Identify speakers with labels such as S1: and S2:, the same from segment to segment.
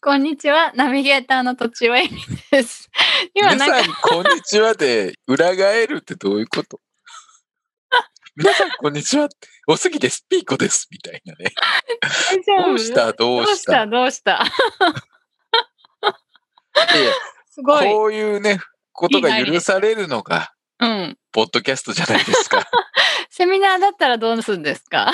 S1: こんにちは、ナビゲーターのとちおえみです。 今
S2: 皆
S1: な
S2: さ
S1: んか
S2: ん、こんにちはで、裏返るってどういうこと 皆さん、こんにちはって、おすぎです、ピーコです、みたいなね。
S1: 大丈夫
S2: どうした、ど
S1: ど
S2: う
S1: うし
S2: した。
S1: たどうした
S2: いや
S1: すごい。
S2: こういうね、ことが許されるのが、
S1: うん。
S2: ポッドキャストじゃないですか。
S1: セミナーだったらどうするんですか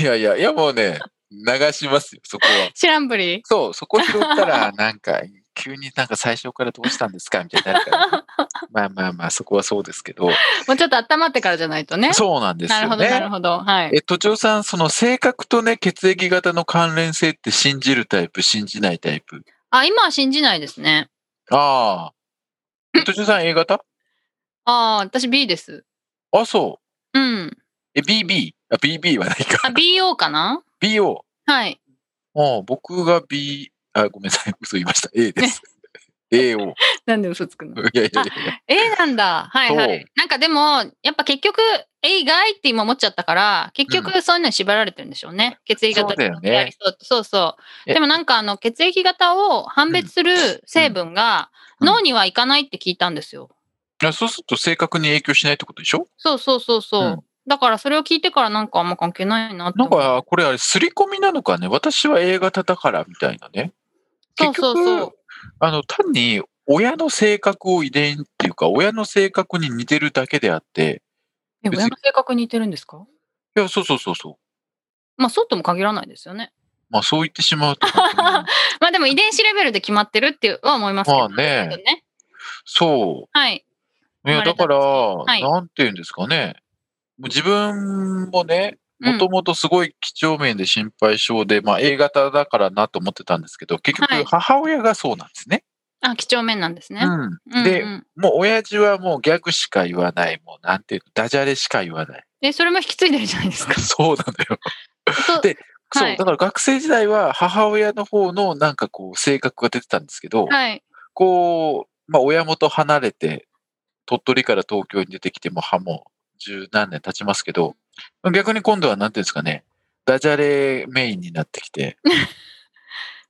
S2: いやいや、いやもうね、流しますよ、そこは。
S1: 知らんぶり
S2: そう、そこ拾ったら、なんか、急になんか最初からどうしたんですかみたいになるから、 まあまあまあ、そこはそうですけど、
S1: もうちょっと温まってからじゃないとね。
S2: そうなんです
S1: なる
S2: よ
S1: ほど、な
S2: ね
S1: る。ほど。はい。
S2: え、都庁さん、その性格とね、血液型の関連性って信じるタイプ、信じないタイプ。
S1: あ、今は信じないですね。
S2: ああ。都庁さん A 型
S1: ああ、私 B です。
S2: あ、そう。
S1: うん。
S2: え、BB? あ、BB はない
S1: あ、
S2: か。
S1: BO かな
S2: BO。
S1: はい。
S2: ああ僕が B、あ、ごめんなさい。 嘘言いました。A です。AO。
S1: なんで嘘つくの
S2: いやいやいやいや。
S1: A なんだ。はいは
S2: そう
S1: い。なんかでも、やっぱ結局、A 以外って今思っちゃったから、結
S2: う
S1: 局そういうのに縛られてるんでしょうね。血液型
S2: そうだよね
S1: やりそうそうそう。
S2: え
S1: でもなんかあの、血液型を判別する成分が
S2: うんうん
S1: 脳にはいかないって聞いたんですよ。
S2: いやそうすると性格に影響しないってことでしょ
S1: そうそうそうそう。
S2: うん
S1: だからそれを聞いてからなんかあんま関係ないなって
S2: なん
S1: 思う。
S2: か、これあれ、刷り込みなのかね。私は A 型だから、みたいなね。
S1: そうそう
S2: 結
S1: そう
S2: 局。あの、単に親の性格を遺伝っていうか、親の性格に似てるだけであって、
S1: え、
S2: 別に
S1: 親の性格に似てるんですか
S2: いや、そうそうそうそう。
S1: まあそうとも限らないですよね。
S2: まあ、そう言ってしまうと本当に。
S1: まあでも遺伝子レベルで決まってるっていうは思いますけど
S2: まあね
S1: けどね
S2: そ
S1: はい。
S2: う。いや、
S1: 生まれ
S2: だ
S1: た
S2: から、
S1: い
S2: なんていうんですかね。もう自分もね、
S1: うん
S2: もともとすごい几帳面で心配性で、まあ A 型だからなと思ってたんですけど、結
S1: は
S2: 局
S1: い
S2: 母親がそうなんですね。
S1: あ、几帳面なんですね。
S2: うん。で
S1: うんうん
S2: もう親父はもうギャグしか言わない、もうなんていうの、ダジャレしか言わない。
S1: え、それも引き継いでるじゃないですか。
S2: そうなのよ。
S1: そう
S2: でそう、
S1: はい
S2: だから学生時代は母親の方のなんかこう性格が出てたんですけど、
S1: はい。
S2: こう、まあ親元離れて、鳥取から東京に出てきても、はもう十何年経ちますけど、逆に今度はなんていうんですかね、ダジャレメインになってきて、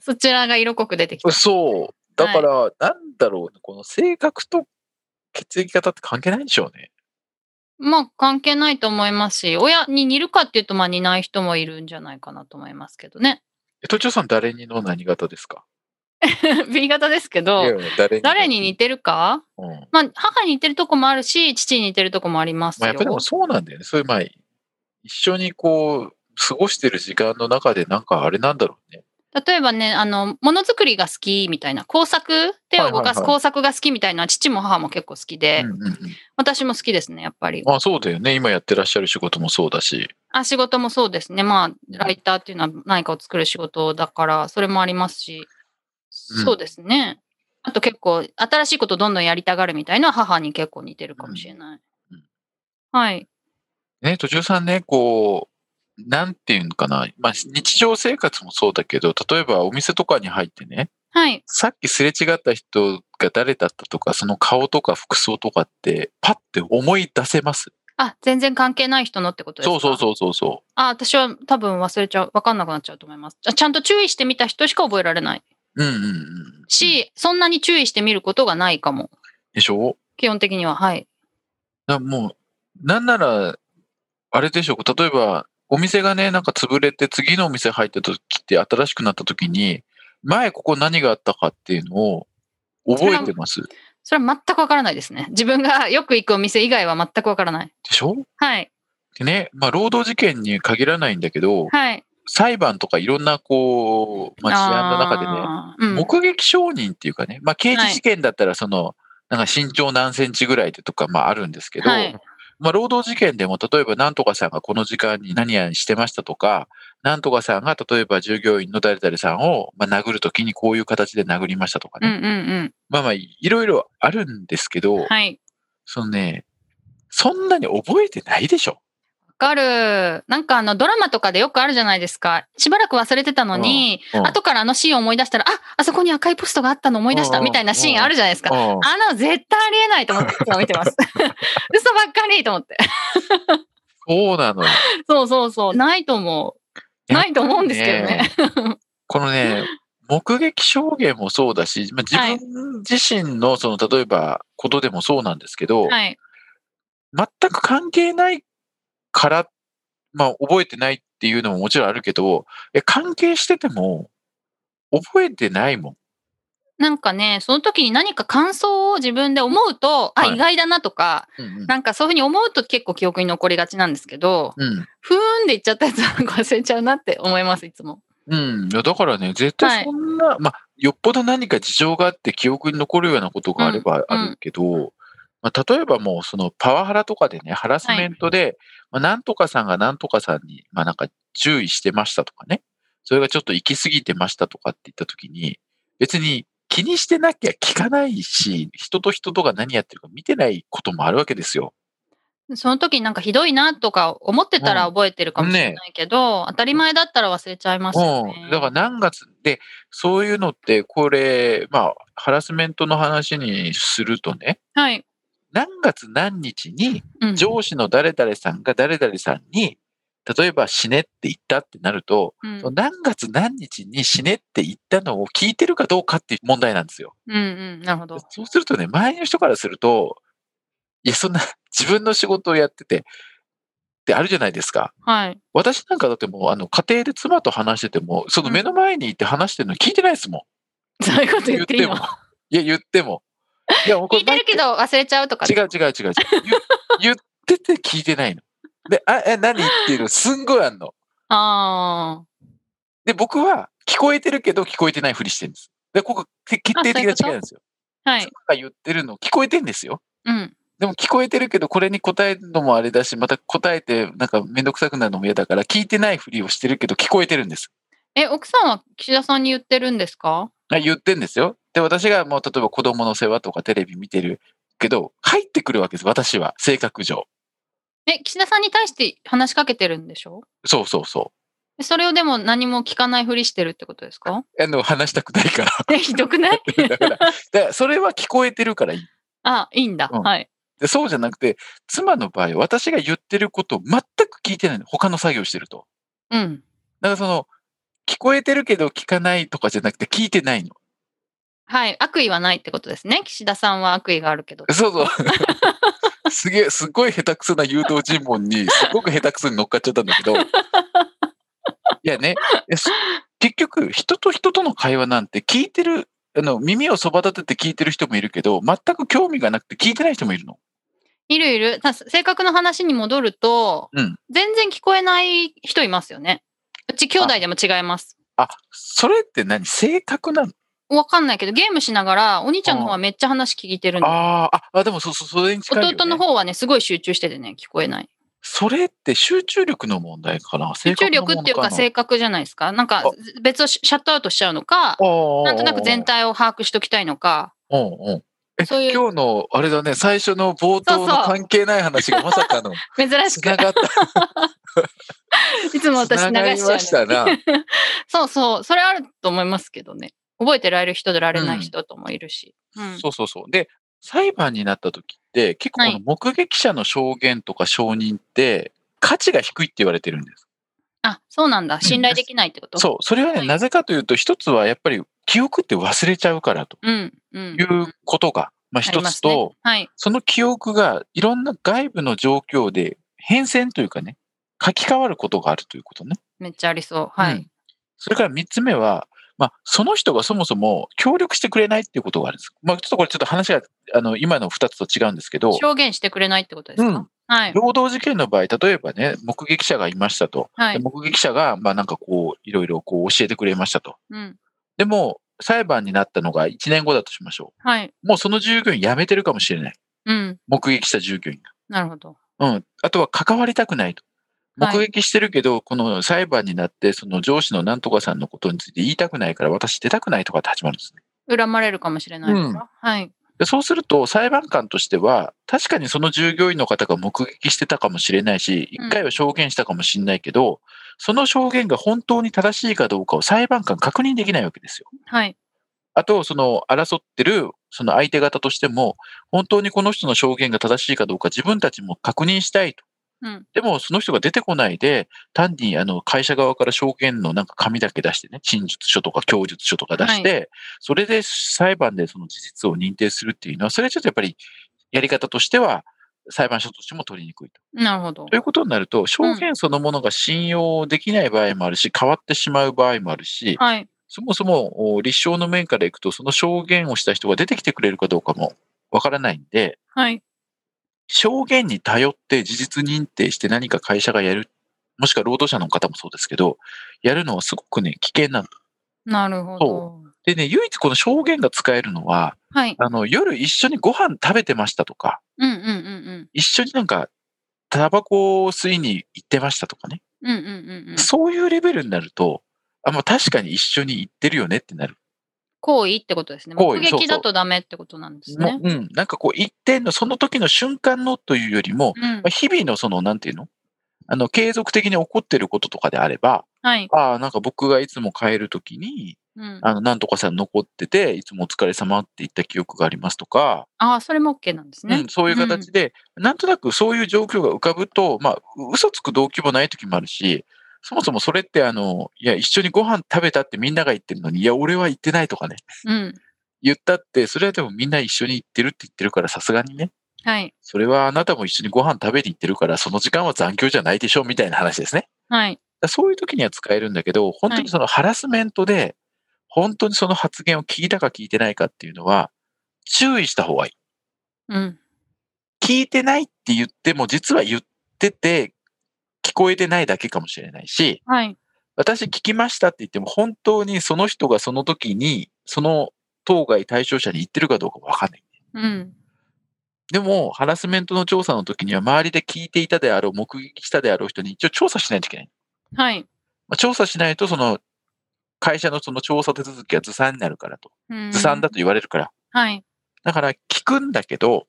S1: そちらが色濃く出てきた。
S2: そう、だから、なんだろう、この性格と血液型って関係ないんでしょうね。
S1: まあ関係ないと思いますし、親に似るかっていうと、まあ似ない人もいるんじゃないかなと思いますけどね。
S2: え、都庁さん誰にの何型ですか
S1: B 型ですけ
S2: い
S1: ど、
S2: やいや誰に
S1: 誰に似てるか
S2: うんま
S1: まあ母に似てるとこもあるし、父に似てるとこもあります
S2: あ、や
S1: よ
S2: っぱ。りでもそうなんだよね。そういう、まあ、一緒にこう、過ごしてる時間の中でなんかあれなんだろうね。
S1: 例えばね、あの、ものづくりが好きみたいな、工作、手を動かす
S2: はいはいはい
S1: 工作が好きみたいな、父も母も結構好きで
S2: うん、うんうん
S1: 私も好きですね、やっぱり。
S2: まあそうだよね。今やってらっしゃる仕事もそうだし。
S1: あ仕事もそうですね。まあ、ライターっていうのは何かを作る仕事だから、それもありますし、
S2: うん
S1: そうですね。あと結構、新しいことどんどんやりたがるみたいな母に結構似てるかもしれない。
S2: うんうん
S1: はい。
S2: ね、途中さんね、こう、なんていうのかな。まあ日常生活もそうだけど、例えばお店とかに入ってね、
S1: はい。
S2: さっきすれ違った人が誰だったとか、その顔とか服装とかって、パッて思い出せます。
S1: あ、全然関係ない人のってことです
S2: そ
S1: か
S2: うそう
S1: う。
S2: そうそうそ。
S1: あ、私は多分忘れちゃう。わかんなくなっちゃうと思います。あちゃんと注意してみた人しか覚えられないう
S2: うんうんうん。
S1: し、そんなに注意してみることがないかも。
S2: でしょ
S1: 基本的には。はい。
S2: だもう、なんなら、あれでしょう、例えば、お店がね、なんか潰れて、次のお店入った時って、新しくなった時に、前ここ何があったかっていうのを覚えてます。で
S1: それは全くわからないですね。自分がよく行くお店以外は全くわからない。
S2: しょ
S1: はい。
S2: でね、まあ、労働事件に限らないんだけど、
S1: はい。
S2: 裁判とかいろんな、こう、まあ、事案の中でね、
S1: あーうん
S2: 目撃証人っていうかね、まあ、刑事事件だったら、その、なんか身長何センチぐらいでとか、まあ、あるんですけど、
S1: はい
S2: まあ、労働事件でも、例えば、なんとかさんがこの時間に何々してましたとか、なんとかさんが、例えば従業員の誰々さんを、まあ、殴るときにこういう形で殴りましたとか
S1: うん
S2: ね。
S1: うん
S2: まあまあ、いろいろあるんですけど、
S1: うん。はい。
S2: そのね、そんなに覚えてないでしょ。
S1: わかる。なんかあのドラマとかでよくあるじゃないですか。しばらく忘れてたのに、
S2: うん
S1: 後からあのシーンを思い出したら、ああそこに赤いポストがあったの思い出し
S2: う
S1: た
S2: んうん
S1: みたいなシーンあるじゃないですか。
S2: うん
S1: あの絶対ありえないと思っていつも見て ます。嘘ばっかりと思って。
S2: そうなのよ。
S1: そうそうそう。ないと思う。ないと思うんですけどね。
S2: このね、 目撃証言もそうだし、まあ、
S1: はい
S2: 自分自身の、その、例えば、ことでもそうなんですけど、
S1: はい。
S2: 全く関係ないから、まあ、覚えてないっていうのももちろんあるけど、いや関係してても、覚えてないもん。
S1: なんかね、その時に何か感想を自分で思うと、
S2: はい
S1: あ、意外だなとか、
S2: うん
S1: なんかそういうふうに思うと結構記憶に残りがちなんですけど、
S2: うん。
S1: ふーんで言っちゃったやつは 忘れちゃうなって思います、いつも。
S2: うん。いや、だからね、絶対そんな、まあ、よっぽど何か事情があって記憶に残るようなことがあれば
S1: うん
S2: あるけど、まあ、例えばもう、その、パワハラとかでね、ハラスメントで、まあ、なんとかさんがなんとかさんに、まあ、なんか、注意してましたとかね、それがちょっと行き過ぎてましたとかって言ったときに、別に気にしてなきゃ聞かないし、人と人とが何やってるか見てないこともあるわけですよ。
S1: その時になんかひどいなとか思ってたら覚えてるかもしれないけど、当たり前だったら忘れちゃいますよね
S2: う。ん。だから何月で、そういうのって、これ、まあ、ハラスメントの話にするとね、
S1: はい。
S2: 何月何日に
S1: うん
S2: 上司の誰々さんが誰々さんに、例えば死ねって言ったってなると、
S1: うん
S2: その何月何日に死ねって言ったのを聞いてるかどうかっていう問題なんですよ。
S1: うんうん、なるほど。
S2: そうするとね、周りの人からすると、いや、そんな自分の仕事をやってて、ってあるじゃないですか。
S1: はい。
S2: 私なんかだってもう、あの、家庭で妻と話してても、その目の前にいて話してるの聞いてないですもん。
S1: そういうこと言っていいの
S2: も。いや、言っても。い や、もうこ
S1: 聞
S2: れ
S1: いてるけど忘れちゃうとか。
S2: 違う違う違う違う。言言 ってて聞いてないの。で、あ、え、何言ってるすんごいあんの。
S1: ああ。
S2: で、僕は聞こえてるけど聞こえてないふりしてるんです。で、ここ、け決定的な違いなんですよ。
S1: はい
S2: 妻。が言ってるの聞こえてんですよ。
S1: うん。
S2: でも聞こえてるけど、これに答えるのもあれだし、また答えて、なんかめんどくさくなるのも嫌だから、聞いてないふりをしてるけど聞こえてるんです。
S1: え、奥さんは岸田さんに言ってるんですか
S2: あ言ってんですよ。で、私がもう例えば子供の世話とかテレビ見てるけど、入ってくるわけです、私は、性格上。
S1: え、岸田さんに対して話しかけてるんでしょ
S2: そうそうそ
S1: えそれをでも何も聞かないふりしてるってことで すか
S2: う。あの、話したくないから。
S1: え、ひどくない
S2: だから、だからそれは聞こえてるからいい。
S1: あ、いいんだ。
S2: うん
S1: はい。
S2: でそうじゃなくて、妻の場合、私が言ってることを全く聞いてないの。他の作業してると。
S1: うん。
S2: だからその、聞こえてるけど聞かないとかじゃなくて、聞いてないの。
S1: はい。悪意はないってことですね。岸田さんは悪意があるけど。
S2: そうそう。すげえ、すごい下手くそな誘導尋問に、すごく下手くそに乗っかっちゃったんだけど。いやね、えそ結局、人と人との会話なんて聞いてる、あの、耳をそば立てて聞いてる人もいるけど、全く興味がなくて聞いてない人もいるの。
S1: いるいる。た性格の話に戻ると、
S2: うん
S1: 全然聞こえない人いますよね。うち兄弟でも違います。
S2: あ、それって何性格なの
S1: わかんないけど、ゲームしながら、お兄ちゃんの方はめっちゃ話聞いてるんで
S2: あーあ、あ、でもそ、そ、それに近いよ、ね。
S1: 弟の方はね、すごい集中しててね、聞こえない。
S2: それって集中力の問題かな
S1: 集中力っていうか性格じゃないですか。なん
S2: あ
S1: か別をシャットアウトしちゃうのか、な
S2: なん
S1: となく全。体を把握しときたいのか。
S2: あーあーうんうん。え、
S1: そういう
S2: 今日の、あれだね、最初の冒頭の
S1: そうそう
S2: 関係ない話がまさか の、
S1: 珍しく
S2: 繋、がった。
S1: い つも私
S2: 繋が
S1: 流
S2: り
S1: しちゃ
S2: ま
S1: う
S2: したな。
S1: そうそう、それあると思いますけどね。覚えてられる人でられない人ともいるし。うん
S2: そうそうそう。で、裁判になった時って、結構こ
S1: は
S2: の
S1: い
S2: 目撃者の証言とか証人って、価値が低いって言われてるんです。
S1: あ、そうなんだ。信頼できないってこと。
S2: そう。それは
S1: は
S2: ね、
S1: い
S2: なぜかというと、一つはやっぱり記憶って忘れちゃうからと
S1: うん。うん。
S2: いうことが、まあ
S1: あり
S2: 一
S1: ま
S2: つ
S1: すね
S2: と、
S1: はい。
S2: その記憶がいろんな外部の状況で変遷というかね、書き換わることがあるということね。
S1: めっちゃありそう。は
S2: う
S1: い
S2: ん。それから三つ目は、まあ、その人がそもそも協力してくれないっていうことがあるんです。まあ、ちょっとこれちょっと話が、あの、今の二つと違うんですけど、
S1: 証言してくれないってことですか、
S2: うん
S1: はい。
S2: 労働事件の場合、例えばね、目撃者がいましたと。
S1: は
S2: で
S1: い。
S2: 目撃者が、まあなんかこう、いろいろこう教えてくれましたと。
S1: うん。
S2: でも、裁判になったのが1年後だとしましょ
S1: はい。
S2: う。もうその従業員辞めてるかもしれない。
S1: うん。
S2: 目撃した従業員が。
S1: なるほど。
S2: うん。あとは関わりたくないと。
S1: はい
S2: 目撃してるけど、この裁判になって、その上司のなんとかさんのことについて言いたくないから、私出たくないとかって始まるんですね。
S1: 恨まれるかもしれないから。
S2: うん
S1: はい。
S2: でそうすると、裁判官としては、確かにその従業員の方が目撃してたかもしれないし、
S1: うん
S2: 一回は証言したかもしれないけど、その証言が本当に正しいかどうかを裁判官確認できないわけですよ。
S1: はい。
S2: あと、その争ってる、その相手方としても、本当にこの人の証言が正しいかどうか自分たちも確認したいと。
S1: うん。
S2: でも、その人が出てこないで、単にあの会社側から証言のなんか紙だけ出してね、陳述書とか供述書とか出して、それで裁判でその事実を認定するっていうのは、それはちょっとやっぱりやり方としては、裁判所としても取りにくいと。
S1: なるほど
S2: とい。うことになると、証言そのものが信用できない場合もあるし、変わってしまう場合もあるし、
S1: はい。
S2: そもそもお立証の面からいくと、その証言をした人が出てきてくれるかどうかもわからないんで、
S1: はい。
S2: 証言に頼って事実認定して何か会社がやる、もしくは労働者の方もそうですけど、やるのはすごくね、危険なんだ。
S1: なるほど
S2: そ。でね、唯一この証言が使えるのは、
S1: はい。
S2: あの、夜一緒にご飯食べてましたとか、
S1: うんうんうん
S2: 一緒になんか、タバコを吸いに行ってましたとかね。
S1: うん。うんうんうんうん。
S2: そういうレベルになると、あ、まあ確かに一緒に行ってるよねってなる。
S1: 行為ってことですね。
S2: 行為
S1: 目
S2: そうそう
S1: 撃だとダメってことなんですね
S2: も。ううん。なんかこう、一点の、その時の瞬間のというよりも、
S1: うん
S2: まあ。日々のその、なんていうのあの、継続的に起こってることとかであれば、
S1: はい。
S2: ああ、なんか僕がいつも帰るときに、
S1: うん、あ
S2: あの、なんとかさん残ってて、いつもお疲れ様って言った記憶がありますとか、
S1: あー、それも OK なんですね。
S2: うん、そういう形で、なんとなくそういう状況が浮かぶと、まあ、う嘘つく動機もないときもあるし、そもそもそれって、あの、いや、一緒にご飯食べたってみんなが言ってるのに、いや、俺は言ってないとかね、
S1: うん。
S2: 言ったって、それはでもみんな一緒に行ってるって言ってるから、さすがにね、
S1: はい。
S2: それはあなたも一緒にご飯食べに行ってるから、その時間は残業じゃないでしょ、みたいな話ですね。
S1: はい。
S2: だからそういう時には使えるんだけど、本当にそのハラスメントで、本当にその発言を聞いたか聞いてないかっていうのは、注意した方がいい。
S1: うん。
S2: 聞いてないって言っても、実は言ってて、聞こえてないだけかもしれないし、
S1: はい。
S2: 私聞きましたって言っても、本当にその人がその時に、その当該対象者に言ってるかどうかわかんない。
S1: うん。
S2: でも、ハラスメントの調査の時には、周りで聞いていたであろう、目撃したであろう人に一応調査しないといけない。
S1: はい。
S2: まあ調査しないと、その、会社のその調査手続きがずさんになるからと。
S1: うん
S2: ずさんだと言われるから。
S1: はい。
S2: だから、聞くんだけど、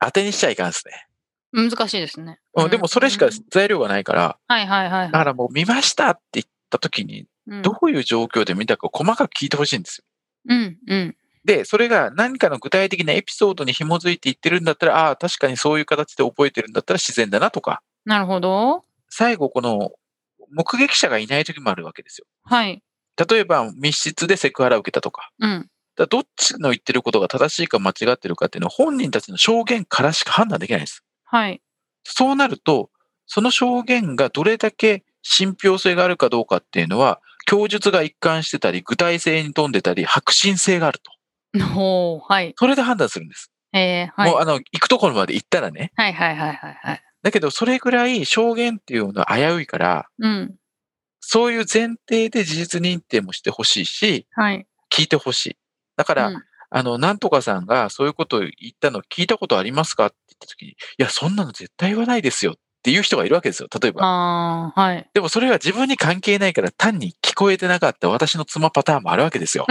S2: 当てにしちゃいかんですね。
S1: 難しいですね。
S2: うん、でも、それしか
S1: うん
S2: 材料がないから、
S1: はいはいはい
S2: だ。からもう見ましたって言った時に、
S1: うん
S2: どういう状況で見たか細かく聞いてほしいんですよ。
S1: うんうん。
S2: で、それが何かの具体的なエピソードに紐づいていってるんだったら、ああー、確かにそういう形で覚えてるんだったら自然だなとか、
S1: なるほど。
S2: 最後この、目撃者がいない時もあるわけですよ。
S1: はい。
S2: 例えば、密室でセクハラを受けたとか、
S1: う
S2: だ
S1: ん。
S2: からどっちの言ってることが正しいか間違ってるかっていうのは本人たちの証言からしか判断できないんです。
S1: はい。
S2: そうなると、その証言がどれだけ信憑性があるかどうかっていうのは、供述が一貫してたり、具体性に富んでたり、白真性があると。
S1: おーはい。
S2: それで判断するんです。
S1: えー、はい
S2: もう、。あの、行くところまで行ったらね。
S1: はいはいはいはいはい。
S2: だけど、それぐらい証言っていうのは危ういから、
S1: うん。
S2: そういう前提で事実認定もしてほしいし、
S1: はい。
S2: 聞いてほしい。だから、
S1: うん
S2: あの、なんとかさんがそういうことを言ったの聞いたことありますかって言った時に、いや、そんなの絶対言わないですよっていう人がいるわけですよ。例えば。
S1: ああ、はい。
S2: でもそれは自分に関係ないから単に聞こえてなかった私の妻パターンもあるわけ ですよ。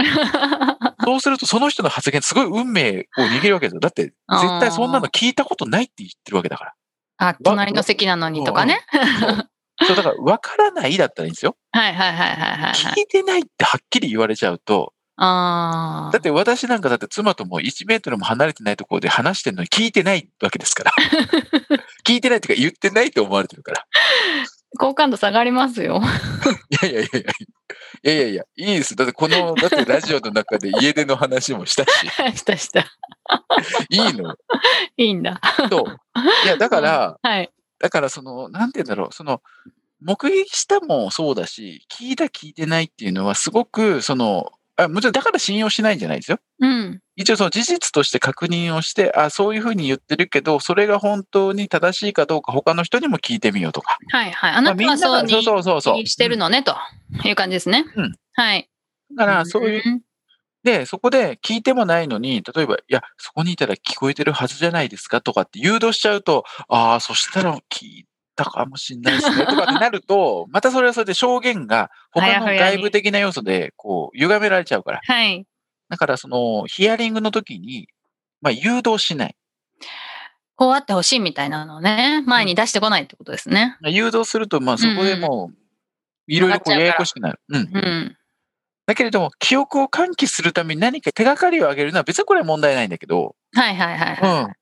S2: そうするとその人の発言すごい運命を握るわけですよ。だって
S1: あー
S2: 絶対そんなの聞いたことないって言ってるわけだか
S1: あ、隣の席なのにとかね。
S2: ら。そうだから分からないだったらいいんですよ。
S1: はいはいはいはいはいはい。
S2: 聞いてないってはっきり言われちゃうと、
S1: あ
S2: だって私なんかだって妻ともう1メートルも離れてないところで話してるのに聞いてないわけですから。聞いてないっていうか言ってないと思われてるから。
S1: あ、好感度下がりますよ。
S2: いやいやいやいや。いやいやいや、いいです。だってこの、だってラジオの中で家出の話もしたし、
S1: したした。
S2: いいの。
S1: いいんだ。
S2: そう。いや、だから、
S1: はい。
S2: だから、その、なんて言うんだろう、その、目撃したもそうだし、聞いた聞いてないっていうのは、すごく、その、あ、もちろん、だから信用しないんじゃないですよ。
S1: うん。
S2: 一応、その事実として確認をして、あ、そういうふうに言ってるけど、それが本当に正しいかどうか、他の人にも聞いてみようとか。
S1: はいはい。あ
S2: ま
S1: な
S2: あ、み
S1: た
S2: んな
S1: は
S2: が、
S1: そう
S2: そう
S1: に
S2: そうそうそう。
S1: してる
S2: うん
S1: のね、という感じですね。
S2: うん
S1: はい。
S2: だから、そういう、
S1: うん。
S2: で、そこで聞いてもないのに、例えば、いや、そこにいたら聞こえてるはずじゃないですかとかって誘導しちゃうと、ああ、そしたら聞いたかもしんないですねとかって なると、またそれはそれで証言が他の
S1: あやふやに
S2: 外部的な要素でこう歪められちゃうから。
S1: はい。
S2: だからそのヒアリングの時に、まあ誘導しない。
S1: こうあってほしいみたいなのをね、前に出してこないってことですね。
S2: まあ誘導すると、まあそこでもう、いろいろこう
S1: 曲がっちゃうから
S2: ややこしくなる。うん。
S1: うん。
S2: だけれども、記憶を喚起するために何か手がかりをあげるのは別にこれは問題ないんだけど、
S1: はいはいはいはい。
S2: うん。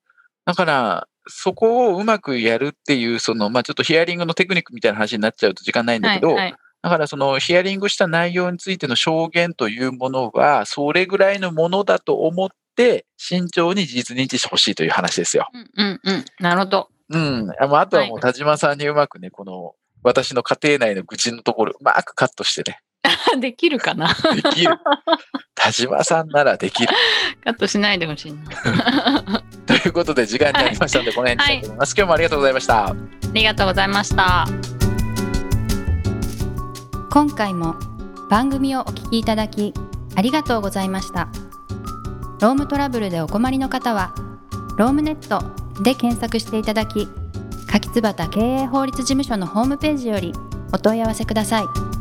S2: だから、そこをうまくやるっていう、その、まあちょっとヒアリングのテクニックみたいな話になっちゃうと時間ないんだ
S1: は
S2: け
S1: い
S2: ど、
S1: はい、
S2: だからそのヒアリングした内容についての証言というものは、それぐらいのものだと思って、慎重に事実認知してほしいという話ですよ。
S1: うんうんうん。なるほど。
S2: うん。あまああとはもう
S1: は
S2: 田島さんにうまくね、この、私の家庭内の愚痴のところ、うまくカットしてね。
S1: できるかな
S2: でき る。田島さんならできる。
S1: カットしないでほしいな。
S2: ということで、時間になりましたので、この辺にしたいと思います。今日もありがとうございました。
S1: ありがとうございました。
S3: 今回も番組をお聞きいただきありがとうございましたロームトラブルでお困りの方はロームネットで検索していただき柿椿経営法律事務所のホームページよりお問い合わせください